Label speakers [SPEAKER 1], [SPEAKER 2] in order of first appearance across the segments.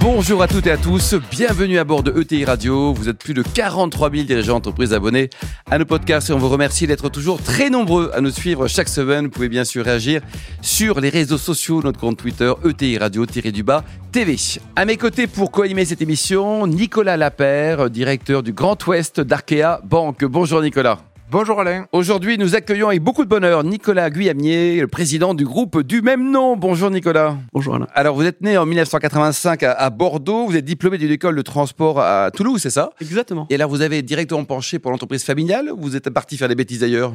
[SPEAKER 1] Bonjour à toutes et à tous, bienvenue à bord de ETI Radio. Vous êtes plus de 43 000 dirigeants d'entreprises abonnés à nos podcasts et on vous remercie d'être toujours très nombreux à nous suivre chaque semaine. Vous pouvez bien sûr réagir sur les réseaux sociaux, notre compte Twitter E ETI Radio-du-bas TV. À mes côtés pour co-animer cette émission, Nicolas Lapère, directeur du Grand Ouest d'Arkea Banque. Bonjour Nicolas.
[SPEAKER 2] Bonjour Alain.
[SPEAKER 1] Aujourd'hui, nous accueillons avec beaucoup de bonheur Nicolas Guyamier, le président du groupe du même nom. Bonjour Nicolas.
[SPEAKER 3] Bonjour Alain.
[SPEAKER 1] Alors, vous êtes né en 1985 à, à Bordeaux, vous êtes diplômé d'une école de transport à Toulouse, c'est ça
[SPEAKER 3] Exactement.
[SPEAKER 1] Et alors, vous avez directement penché pour l'entreprise familiale ou vous êtes parti faire des bêtises ailleurs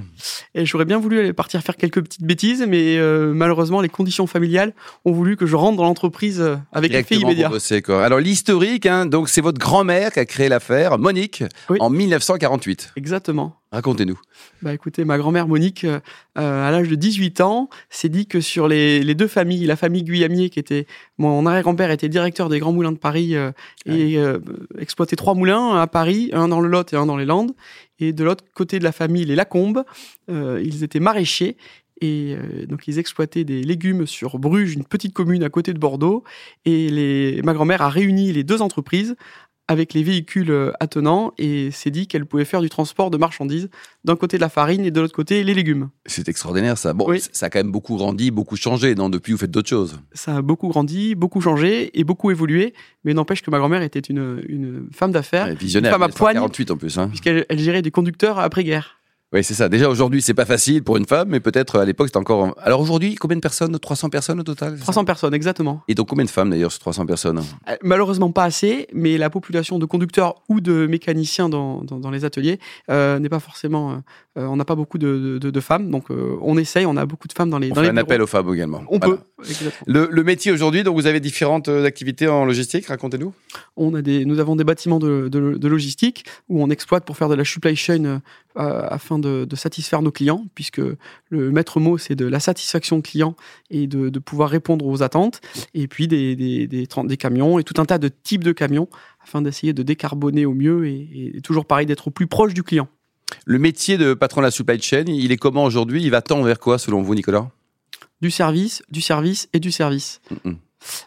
[SPEAKER 3] Et j'aurais bien voulu aller partir faire quelques petites bêtises, mais euh, malheureusement, les conditions familiales ont voulu que je rentre dans l'entreprise euh, avec effet
[SPEAKER 1] Directement
[SPEAKER 3] immédiat.
[SPEAKER 1] pour bosser, quoi. Alors, l'historique, hein, donc c'est votre grand-mère qui a créé l'affaire, Monique,
[SPEAKER 3] Oui.
[SPEAKER 1] en 1948.
[SPEAKER 3] Exactement.
[SPEAKER 1] Racontez-nous.
[SPEAKER 3] Bah écoutez, ma grand-mère Monique, euh, euh, à l'âge de 18 ans, s'est dit que sur les, les deux familles, la famille Guyamier, qui était mon arrière-grand-père, était directeur des grands moulins de Paris euh, et euh, exploitait trois moulins à Paris, un dans le Lot et un dans les Landes. Et de l'autre côté de la famille, les Lacombes, euh, ils étaient maraîchers. Et euh, donc ils exploitaient des légumes sur Bruges, une petite commune à côté de Bordeaux. Et les, ma grand-mère a réuni les deux entreprises avec les véhicules euh, attenants et s'est dit qu'elle pouvait faire du transport de marchandises d'un côté de la farine et de l'autre côté les légumes.
[SPEAKER 1] C'est extraordinaire ça. Bon,
[SPEAKER 3] Oui.
[SPEAKER 1] c- ça a quand même beaucoup grandi, beaucoup changé. Non, depuis, vous faites d'autres choses.
[SPEAKER 3] Ça a beaucoup grandi, beaucoup changé et beaucoup évolué, mais n'empêche que ma grand-mère était une, une femme d'affaires,
[SPEAKER 1] Ouais, visionnaire.
[SPEAKER 3] femme à poigne.
[SPEAKER 1] 1948 en plus. Hein.
[SPEAKER 3] puisqu'elle elle gérait des conducteurs après-guerre.
[SPEAKER 1] Oui, c'est ça. Déjà aujourd'hui, c'est pas facile pour une femme, mais peut-être à l'époque, c'était encore. Alors aujourd'hui, combien de personnes 300 personnes au total c'est ça
[SPEAKER 3] 300 personnes, exactement.
[SPEAKER 1] Et donc combien de femmes d'ailleurs, sur 300 personnes
[SPEAKER 3] Euh, Malheureusement pas assez, mais la population de conducteurs ou de mécaniciens dans, dans- dans les ateliers euh, n'est pas forcément... euh, euh, on n'a pas beaucoup de, de- de femmes, donc euh, on essaye, on a beaucoup de femmes dans les...
[SPEAKER 1] On fait
[SPEAKER 3] dans les
[SPEAKER 1] un
[SPEAKER 3] bureaux.
[SPEAKER 1] appel aux femmes également.
[SPEAKER 3] On
[SPEAKER 1] Voilà.
[SPEAKER 3] peut, exactement.
[SPEAKER 1] Le, le métier aujourd'hui, donc vous avez différentes euh, activités en logistique, racontez-nous.
[SPEAKER 3] On a des, nous avons des bâtiments de, de- de logistique où on exploite pour faire de la supply chain euh, euh, afin de, de satisfaire nos clients, puisque le maître mot, c'est de la satisfaction client et de, de pouvoir répondre aux attentes. Et puis des, des, des, tran- des camions et tout un tas de types de camions afin d'essayer de décarboner au mieux et, et toujours pareil d'être au plus proche du client.
[SPEAKER 1] Le métier de patron de la supply chain, il est comment aujourd'hui Il va tant vers quoi selon vous, Nicolas
[SPEAKER 3] Du service, du service et du service.
[SPEAKER 1] Mm-mm.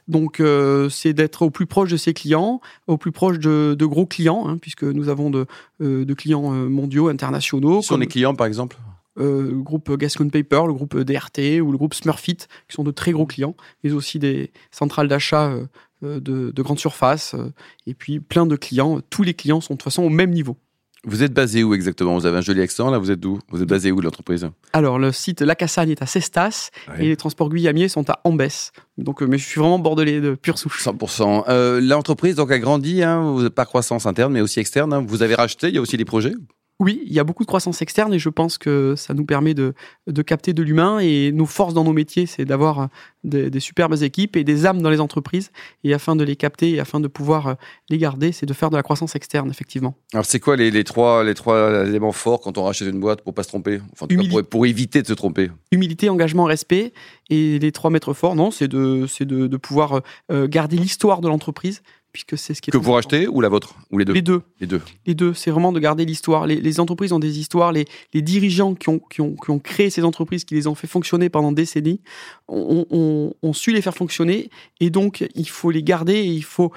[SPEAKER 3] Donc, euh, c'est d'être au plus proche de ses clients, au plus proche de, de gros clients, hein, puisque nous avons de, euh, de clients euh, mondiaux, internationaux,
[SPEAKER 1] Qui sont
[SPEAKER 3] comme
[SPEAKER 1] les clients par exemple
[SPEAKER 3] euh, le groupe Gascon Paper, le groupe DRT ou le groupe Smurfit, qui sont de très gros clients, mais aussi des centrales d'achat euh, euh, de, de grandes surfaces, euh, et puis plein de clients. Tous les clients sont de toute façon au même niveau.
[SPEAKER 1] Vous êtes basé où exactement Vous avez un joli accent là, vous êtes d'où Vous êtes basé où l'entreprise
[SPEAKER 3] Alors, le site La Cassagne est à Cestas,
[SPEAKER 1] Ouais.
[SPEAKER 3] et les transports Guyamier sont à Ambès. Donc, euh, mais je suis vraiment bordelais de pure souche.
[SPEAKER 1] 100%. Euh, L'entreprise donc a grandi, hein, vous- par croissance interne mais aussi externe. hein. Vous avez racheté, il y a aussi des projets
[SPEAKER 3] Oui, il y a beaucoup de croissance externe et je pense que ça nous permet de, de capter de l'humain et nos forces dans nos métiers, c'est d'avoir euh, des, des superbes équipes et des âmes dans les entreprises et afin de les capter et afin de pouvoir euh, les garder, c'est de faire de la croissance externe, effectivement.
[SPEAKER 1] Alors, c'est quoi les, les trois, les trois éléments forts quand on rachète une boîte pour pas se tromper Enfin, en tout cas,
[SPEAKER 3] Humilité.
[SPEAKER 1] pour, pour éviter de se tromper.
[SPEAKER 3] Humilité, engagement, respect et les trois maîtres forts, non, c'est de, c'est de, de pouvoir euh, garder l'histoire de l'entreprise puisque c'est ce qui est
[SPEAKER 1] Que
[SPEAKER 3] très
[SPEAKER 1] vous
[SPEAKER 3] important.
[SPEAKER 1] rachetez ou la vôtre Ou les deux
[SPEAKER 3] Les deux.
[SPEAKER 1] Les deux.
[SPEAKER 3] Les deux, c'est vraiment de garder l'histoire. Les, les entreprises ont des histoires, les, les dirigeants qui ont, qui, ont, qui ont créé ces entreprises, qui les ont fait fonctionner pendant des décennies, on, on, on su les faire fonctionner et donc il faut les garder et il faut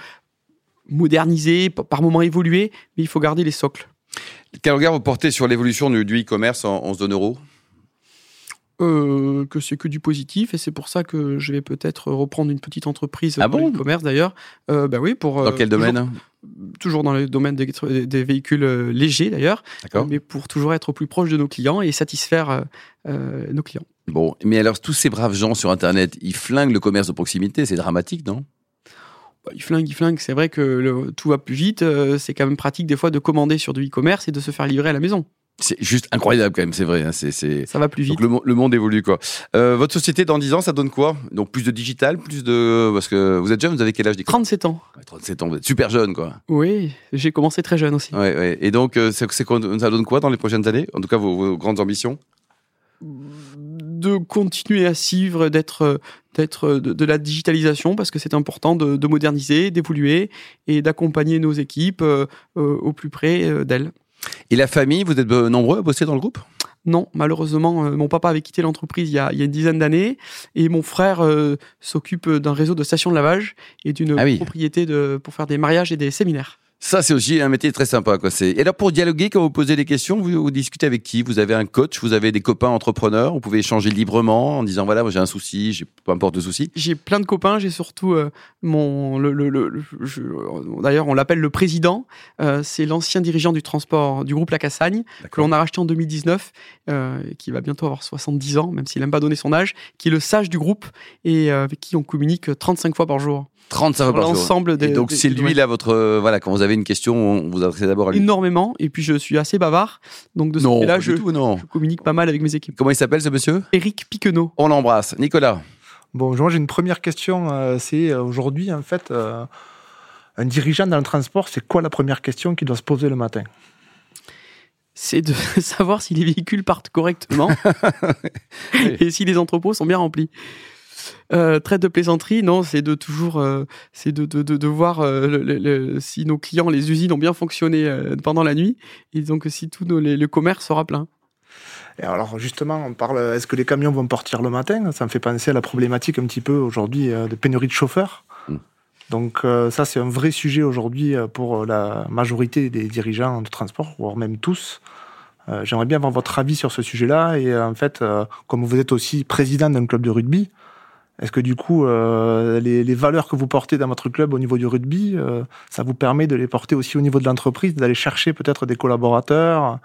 [SPEAKER 3] moderniser, par par moments évoluer, mais il faut garder les socles.
[SPEAKER 1] Quel regard vous portez sur l'évolution du, du e-commerce en, en zone euro
[SPEAKER 3] Euh, que c'est que du positif et c'est pour ça que je vais peut-être reprendre une petite entreprise
[SPEAKER 1] Ah
[SPEAKER 3] pour
[SPEAKER 1] bon
[SPEAKER 3] le commerce d'ailleurs. Euh, bah oui, pour
[SPEAKER 1] Dans
[SPEAKER 3] euh,
[SPEAKER 1] quel
[SPEAKER 3] toujours-
[SPEAKER 1] domaine
[SPEAKER 3] Toujours dans le domaine des, des véhicules euh, légers d'ailleurs.
[SPEAKER 1] D'accord.
[SPEAKER 3] mais pour toujours être au plus proche de nos clients et satisfaire euh, euh, nos clients.
[SPEAKER 1] Bon, mais alors, tous ces braves gens sur Internet, ils flinguent le commerce de proximité, c'est dramatique, non
[SPEAKER 3] Bah, Il flingue, il flingue, c'est vrai que le- tout va plus vite, euh, c'est quand même pratique des fois de commander sur du e-commerce et de se faire livrer à la maison.
[SPEAKER 1] C'est juste incroyable, quand même, c'est vrai. hein, c'est- c'est-
[SPEAKER 3] Ça va plus vite.
[SPEAKER 1] Donc, le, mo- le monde évolue, quoi. Euh, votre société, dans 10 ans, ça donne quoi Donc, plus de digital, plus de. Parce que vous êtes jeune, vous avez quel âge Nicolas
[SPEAKER 3] 37 ans.
[SPEAKER 1] Ouais, 37 ans, vous êtes super jeune, quoi.
[SPEAKER 3] Oui, j'ai commencé très jeune aussi.
[SPEAKER 1] Ouais, ouais. Et donc, euh, c'est, c'est quoi- ça donne quoi dans les prochaines années En tout cas, vos, vos grandes ambitions
[SPEAKER 3] de continuer à suivre, d'être d'être de, de, la digitalisation parce que c'est important de, de moderniser, d'évoluer et d'accompagner nos équipes euh, euh, au plus près euh, d'elles.
[SPEAKER 1] Et la famille, vous êtes euh, nombreux à bosser dans le groupe
[SPEAKER 3] non, malheureusement, euh, mon papa avait quitté l'entreprise il, il, y a une dizaine d'années et mon frère euh, s'occupe d'un réseau de stations de lavage et d'une ah oui. propriété de, pour faire des mariages et des séminaires.
[SPEAKER 1] Ça, c'est aussi un métier très sympa. Quoi. Et alors, pour dialoguer, quand vous posez des questions, vous, vous, discutez avec qui Vous avez un coach Vous avez des copains entrepreneurs Vous pouvez échanger librement en disant, voilà, moi j'ai un souci, j'ai peu importe le souci
[SPEAKER 3] J'ai plein de copains. J'ai surtout euh, mon... Le, le, le, le D'ailleurs, on l'appelle le président. Euh, c'est l'ancien dirigeant du transport du groupe La Cassagne, que l'on a racheté en 2019, euh, qui va bientôt avoir 70 ans, même s'il n'aime pas donner son âge, qui est le sage du groupe et euh, avec qui on communique 35 fois par jour.
[SPEAKER 1] 35 fois par jour.
[SPEAKER 3] L'ensemble des...
[SPEAKER 1] Et donc, c'est lui, là, votre... euh, voilà, quand vous avez une question, on vous adressez d'abord à lui.
[SPEAKER 3] Énormément, et puis je suis assez bavard, donc de ce côté-là, je, je, communique pas mal avec mes équipes.
[SPEAKER 1] Comment il s'appelle ce monsieur
[SPEAKER 3] Eric Piquenot.
[SPEAKER 1] On l'embrasse. Nicolas.
[SPEAKER 2] Bon, moi j'ai une première question, euh, c'est aujourd'hui en fait, euh, un dirigeant dans le transport, c'est quoi la première question qu'il doit se poser le matin
[SPEAKER 3] c'est de savoir si les véhicules partent correctement et si les entrepôts sont bien remplis. Euh, traite de plaisanterie, non, c'est de toujours, euh, c'est de, de, de, de, voir euh, le, le, si nos clients, les usines ont bien fonctionné euh, pendant la nuit, et donc si tout nos, les, le commerce sera plein.
[SPEAKER 2] Et alors justement, on parle, est-ce que les camions vont partir le matin Ça me fait penser à la problématique un petit peu aujourd'hui de pénurie de chauffeurs. Mmh. Donc euh, ça, c'est un vrai sujet aujourd'hui euh, pour la majorité des dirigeants de transport, voire même tous. Euh, J'aimerais bien avoir votre avis sur ce sujet-là. Et euh, en fait, comme vous êtes aussi président d'un club de rugby, est-ce que du coup, euh, les, les, valeurs que vous portez dans votre club au niveau du rugby, euh, ça vous permet de les porter aussi au niveau de l'entreprise, d'aller chercher peut-être des collaborateurs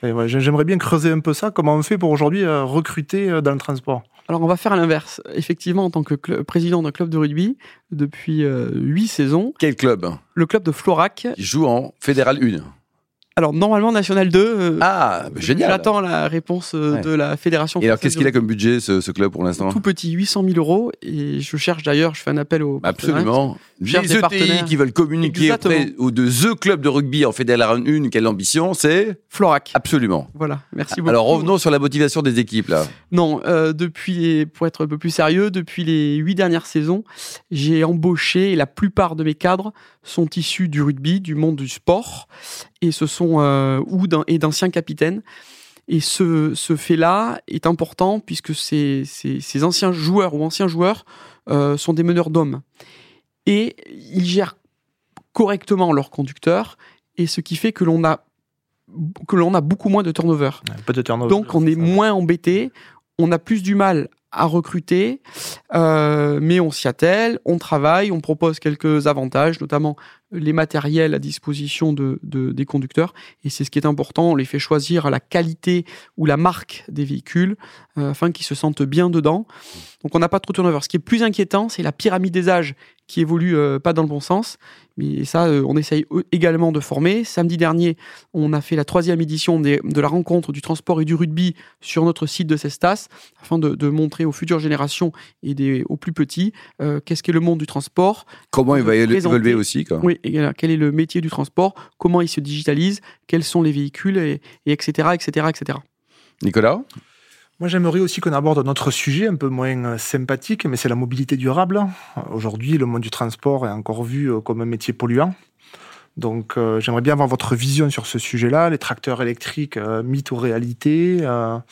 [SPEAKER 2] enfin, ouais, J'aimerais bien creuser un peu ça. Comment on fait pour aujourd'hui euh, recruter dans le transport
[SPEAKER 3] alors on va faire l'inverse. Effectivement, en tant que président d'un club de rugby depuis euh, huit saisons.
[SPEAKER 1] Quel club
[SPEAKER 3] Le club de Florac.
[SPEAKER 1] Qui joue en Fédéral 1.
[SPEAKER 3] Alors normalement National 2. Euh,
[SPEAKER 1] ah, bah, génial.
[SPEAKER 3] J'attends la réponse euh, ouais. de la fédération.
[SPEAKER 1] Et alors qu'est-ce qu'il a comme budget ce, ce club pour l'instant
[SPEAKER 3] Tout petit, 800 000 euros. Et je cherche d'ailleurs, je fais un appel aux
[SPEAKER 1] absolument les ETI qui veulent communiquer auprès ou de the club de rugby en fédéral 1. Quelle ambition C'est
[SPEAKER 3] Florac.
[SPEAKER 1] Absolument.
[SPEAKER 3] Voilà. Merci beaucoup.
[SPEAKER 1] Ah. Alors revenons sur la motivation des équipes là.
[SPEAKER 3] Non, euh, depuis les, pour être un peu plus sérieux, depuis les huit dernières saisons, j'ai embauché et la plupart de mes cadres sont issus du rugby, du monde du sport, et ce sont euh, ou d'un et d'anciens capitaines. Et ce, ce fait-là est important puisque ces, ces, ces, anciens joueurs ou anciens joueurs euh, sont des meneurs d'hommes. Et ils gèrent correctement leur conducteur, et ce qui fait que l'on a, que l'on a beaucoup moins de turnover.
[SPEAKER 2] Pas de turnover.
[SPEAKER 3] Donc on est moins embêté, on a plus du mal à recruter, euh, mais on s'y attelle, on travaille, on propose quelques avantages, notamment les matériels à disposition de, de des conducteurs, et c'est ce qui est important, on les fait choisir la qualité ou la marque des véhicules, euh, afin qu'ils se sentent bien dedans. Donc on n'a pas trop de turnover. Ce qui est plus inquiétant, c'est la pyramide des âges qui évolue euh, pas dans le bon sens, mais ça, euh, on essaye également de former. Samedi dernier, on a fait la troisième édition des, de la rencontre du transport et du rugby sur notre site de Cestas, afin de, de montrer aux futures générations et des, aux plus petits euh, qu'est-ce qu'est le monde du transport.
[SPEAKER 1] Comment il va évoluer aussi. Quoi.
[SPEAKER 3] Oui, et, alors, quel est le métier du transport, comment il se digitalise, quels sont les véhicules, et, et etc., etc., etc.
[SPEAKER 1] Nicolas
[SPEAKER 2] moi, j'aimerais aussi qu'on aborde un autre sujet un peu moins euh, sympathique, mais c'est la mobilité durable. Aujourd'hui, le monde du transport est encore vu euh, comme un métier polluant. Donc, euh, j'aimerais bien avoir votre vision sur ce sujet-là, les tracteurs électriques, euh, mythe ou réalité. Mmh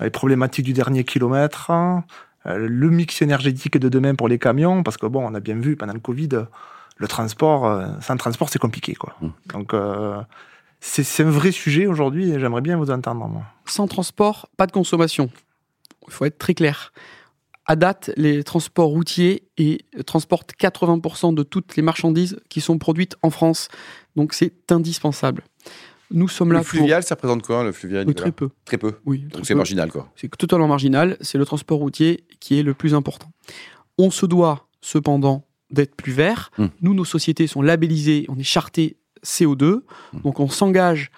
[SPEAKER 2] les problématiques du dernier kilomètre, euh, le mix énergétique de demain pour les camions, parce que bon, on a bien vu pendant le Covid, le transport, euh, sans transport, c'est compliqué, quoi. Mmh. Donc, euh, c'est un vrai sujet aujourd'hui et j'aimerais bien vous entendre. Moi.
[SPEAKER 3] Sans transport, pas de consommation. Il faut être très clair. À date, les transports routiers et euh, transportent 80% de toutes les marchandises qui sont produites en France. Donc, c'est indispensable nous sommes là
[SPEAKER 1] le fluvial,
[SPEAKER 3] pour...
[SPEAKER 1] ça présente quoi, le fluvial
[SPEAKER 3] oui, Très peu.
[SPEAKER 1] Très peu.
[SPEAKER 3] Oui.
[SPEAKER 1] Donc c'est marginal, quoi.
[SPEAKER 3] C'est totalement marginal. C'est le transport routier qui est le plus important. On se doit, cependant, d'être plus vert.
[SPEAKER 1] Hmm.
[SPEAKER 3] Mmh. Nous, nos sociétés sont labellisées, on est charté CO2.
[SPEAKER 1] Hmm.
[SPEAKER 3] Mmh. Donc on s'engage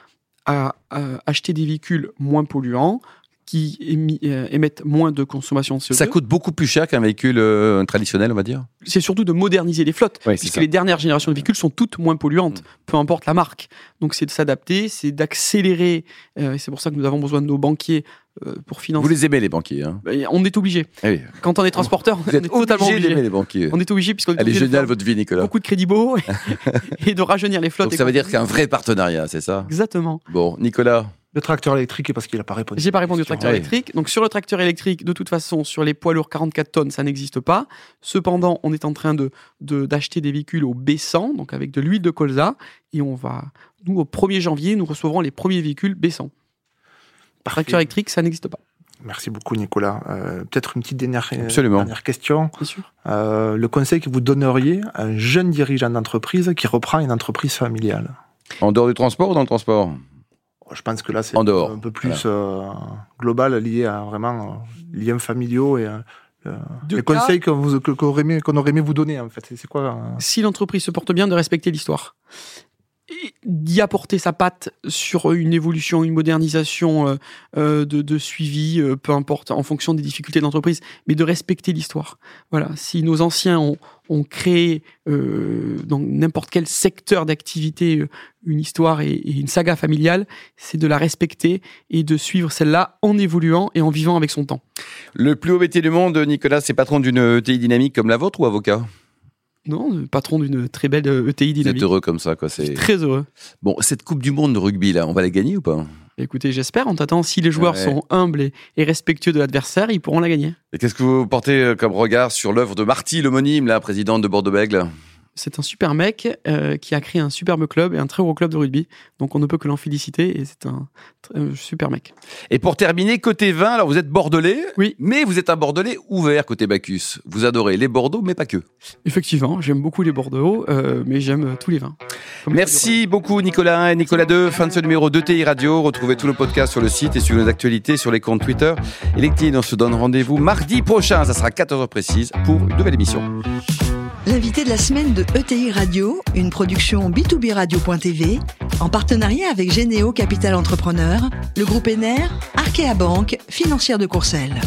[SPEAKER 3] à, à acheter des véhicules moins polluants, qui euh, émettent moins de consommation de CO2.
[SPEAKER 1] Ça coûte beaucoup plus cher qu'un véhicule euh, traditionnel, on va dire
[SPEAKER 3] C'est surtout de moderniser les flottes, oui, puisque les dernières générations de véhicules sont toutes moins polluantes,
[SPEAKER 1] Hmm.
[SPEAKER 3] mmh. peu importe la marque. Donc c'est de s'adapter, c'est d'accélérer, euh, et c'est pour ça que nous avons besoin de nos banquiers euh, pour
[SPEAKER 1] Vous
[SPEAKER 3] financer.
[SPEAKER 1] les aimez, les banquiers. Hein
[SPEAKER 3] Ben, On est obligé.
[SPEAKER 1] Ah oui.
[SPEAKER 3] Quand on est transporteur, on
[SPEAKER 1] Vous êtes
[SPEAKER 3] est totalement
[SPEAKER 1] obligé
[SPEAKER 3] obligé.
[SPEAKER 1] d'aimer les banquiers.
[SPEAKER 3] On est obligé puisqu'on est
[SPEAKER 1] Elle est
[SPEAKER 3] obligé de
[SPEAKER 1] géniale,
[SPEAKER 3] faire
[SPEAKER 1] votre vie, Nicolas.
[SPEAKER 3] beaucoup de crédits beaux et de rajeunir les flottes.
[SPEAKER 1] Donc
[SPEAKER 3] et
[SPEAKER 1] ça veut dire
[SPEAKER 3] compagnie.
[SPEAKER 1] qu'il y a un vrai partenariat, c'est ça
[SPEAKER 3] Exactement.
[SPEAKER 1] Bon, Nicolas,
[SPEAKER 2] Le tracteur électrique, parce qu'il n'a pas répondu.
[SPEAKER 3] J'ai pas répondu au
[SPEAKER 2] Question.
[SPEAKER 3] tracteur
[SPEAKER 1] Ouais.
[SPEAKER 3] électrique. Donc sur le tracteur électrique, de toute façon, sur les poids lourds 44 tonnes, ça n'existe pas. Cependant, on est en train de de- d'acheter des véhicules au B100, donc avec de l'huile de colza, et on va, nous, au 1er janvier, nous recevrons les premiers véhicules B100.
[SPEAKER 2] Parfait.
[SPEAKER 3] Tracteur électrique, ça n'existe pas.
[SPEAKER 2] Merci beaucoup, Nicolas. Euh, Peut-être une petite dernière,
[SPEAKER 1] Absolument.
[SPEAKER 2] dernière question.
[SPEAKER 3] Bien sûr.
[SPEAKER 2] Euh, le conseil que vous donneriez à un jeune dirigeant d'entreprise qui reprend une entreprise familiale Oh,
[SPEAKER 1] en dehors du transport ou dans le transport
[SPEAKER 2] Je pense que là, c'est
[SPEAKER 1] En dehors.
[SPEAKER 2] un peu plus euh, global, lié à vraiment euh, liens familiaux et euh, le-
[SPEAKER 3] Deux
[SPEAKER 2] les
[SPEAKER 3] cas.
[SPEAKER 2] conseils qu'on vous- que- qu'on aurait, aimé- qu'on aurait aimé vous donner, en fait. C'est- C'est quoi euh,
[SPEAKER 3] Si l'entreprise se porte bien, de respecter l'histoire. Et D'y apporter sa patte sur euh, une évolution, une modernisation euh, euh, de, de suivi, euh, peu importe, en fonction des difficultés de l'entreprise, mais de respecter l'histoire. Voilà, si nos anciens ont, ont créé euh, dans n'importe quel secteur d'activité euh, une histoire et, et une saga familiale, c'est de la respecter et de suivre celle-là en évoluant et en vivant avec son temps.
[SPEAKER 1] Le plus haut métier du monde, Nicolas, c'est patron d'une ETI dynamique comme la vôtre ou avocat
[SPEAKER 3] Non, le patron d'une très belle euh, ETI
[SPEAKER 1] Vous êtes
[SPEAKER 3] dynamique.
[SPEAKER 1] heureux comme ça, quoi.
[SPEAKER 3] Je suis
[SPEAKER 1] C'est
[SPEAKER 3] très heureux.
[SPEAKER 1] bon. Cette Coupe du Monde de rugby là, on va la gagner ou pas
[SPEAKER 3] Écoutez, j'espère. On t'attend. Si les joueurs
[SPEAKER 1] Ouais.
[SPEAKER 3] sont humbles et, et respectueux de l'adversaire, ils pourront la gagner.
[SPEAKER 1] Et qu'est-ce que vous portez euh, comme regard sur l'œuvre de Marty, l'homonyme, la présidente de Bordeaux-Bègle
[SPEAKER 3] C'est un super mec euh, qui a créé un superbe club et un très gros club de rugby. Donc on ne peut que l'en féliciter et c'est un tr- euh, super mec.
[SPEAKER 1] Et pour terminer, côté vin, alors vous êtes bordelais,
[SPEAKER 3] Oui.
[SPEAKER 1] mais vous êtes un bordelais ouvert côté Bacchus. Vous adorez les Bordeaux, mais pas que.
[SPEAKER 3] Effectivement, j'aime beaucoup les Bordeaux, euh, mais j'aime tous les vins. Comme
[SPEAKER 1] Merci beaucoup Nicolas 1 et Nicolas 2. Fin de ce numéro de TI Radio. Retrouvez tout le podcast sur le site et sur nos actualités sur les comptes Twitter et LinkedIn. On se donne rendez-vous mardi prochain. Ça sera 14h précise pour une nouvelle émission.
[SPEAKER 4] L'invité de la semaine de ETI Radio, une production B2B Radio.tv, en partenariat avec Généo Capital Entrepreneur, le groupe NR, Arkea Banque, financière de Courcelles.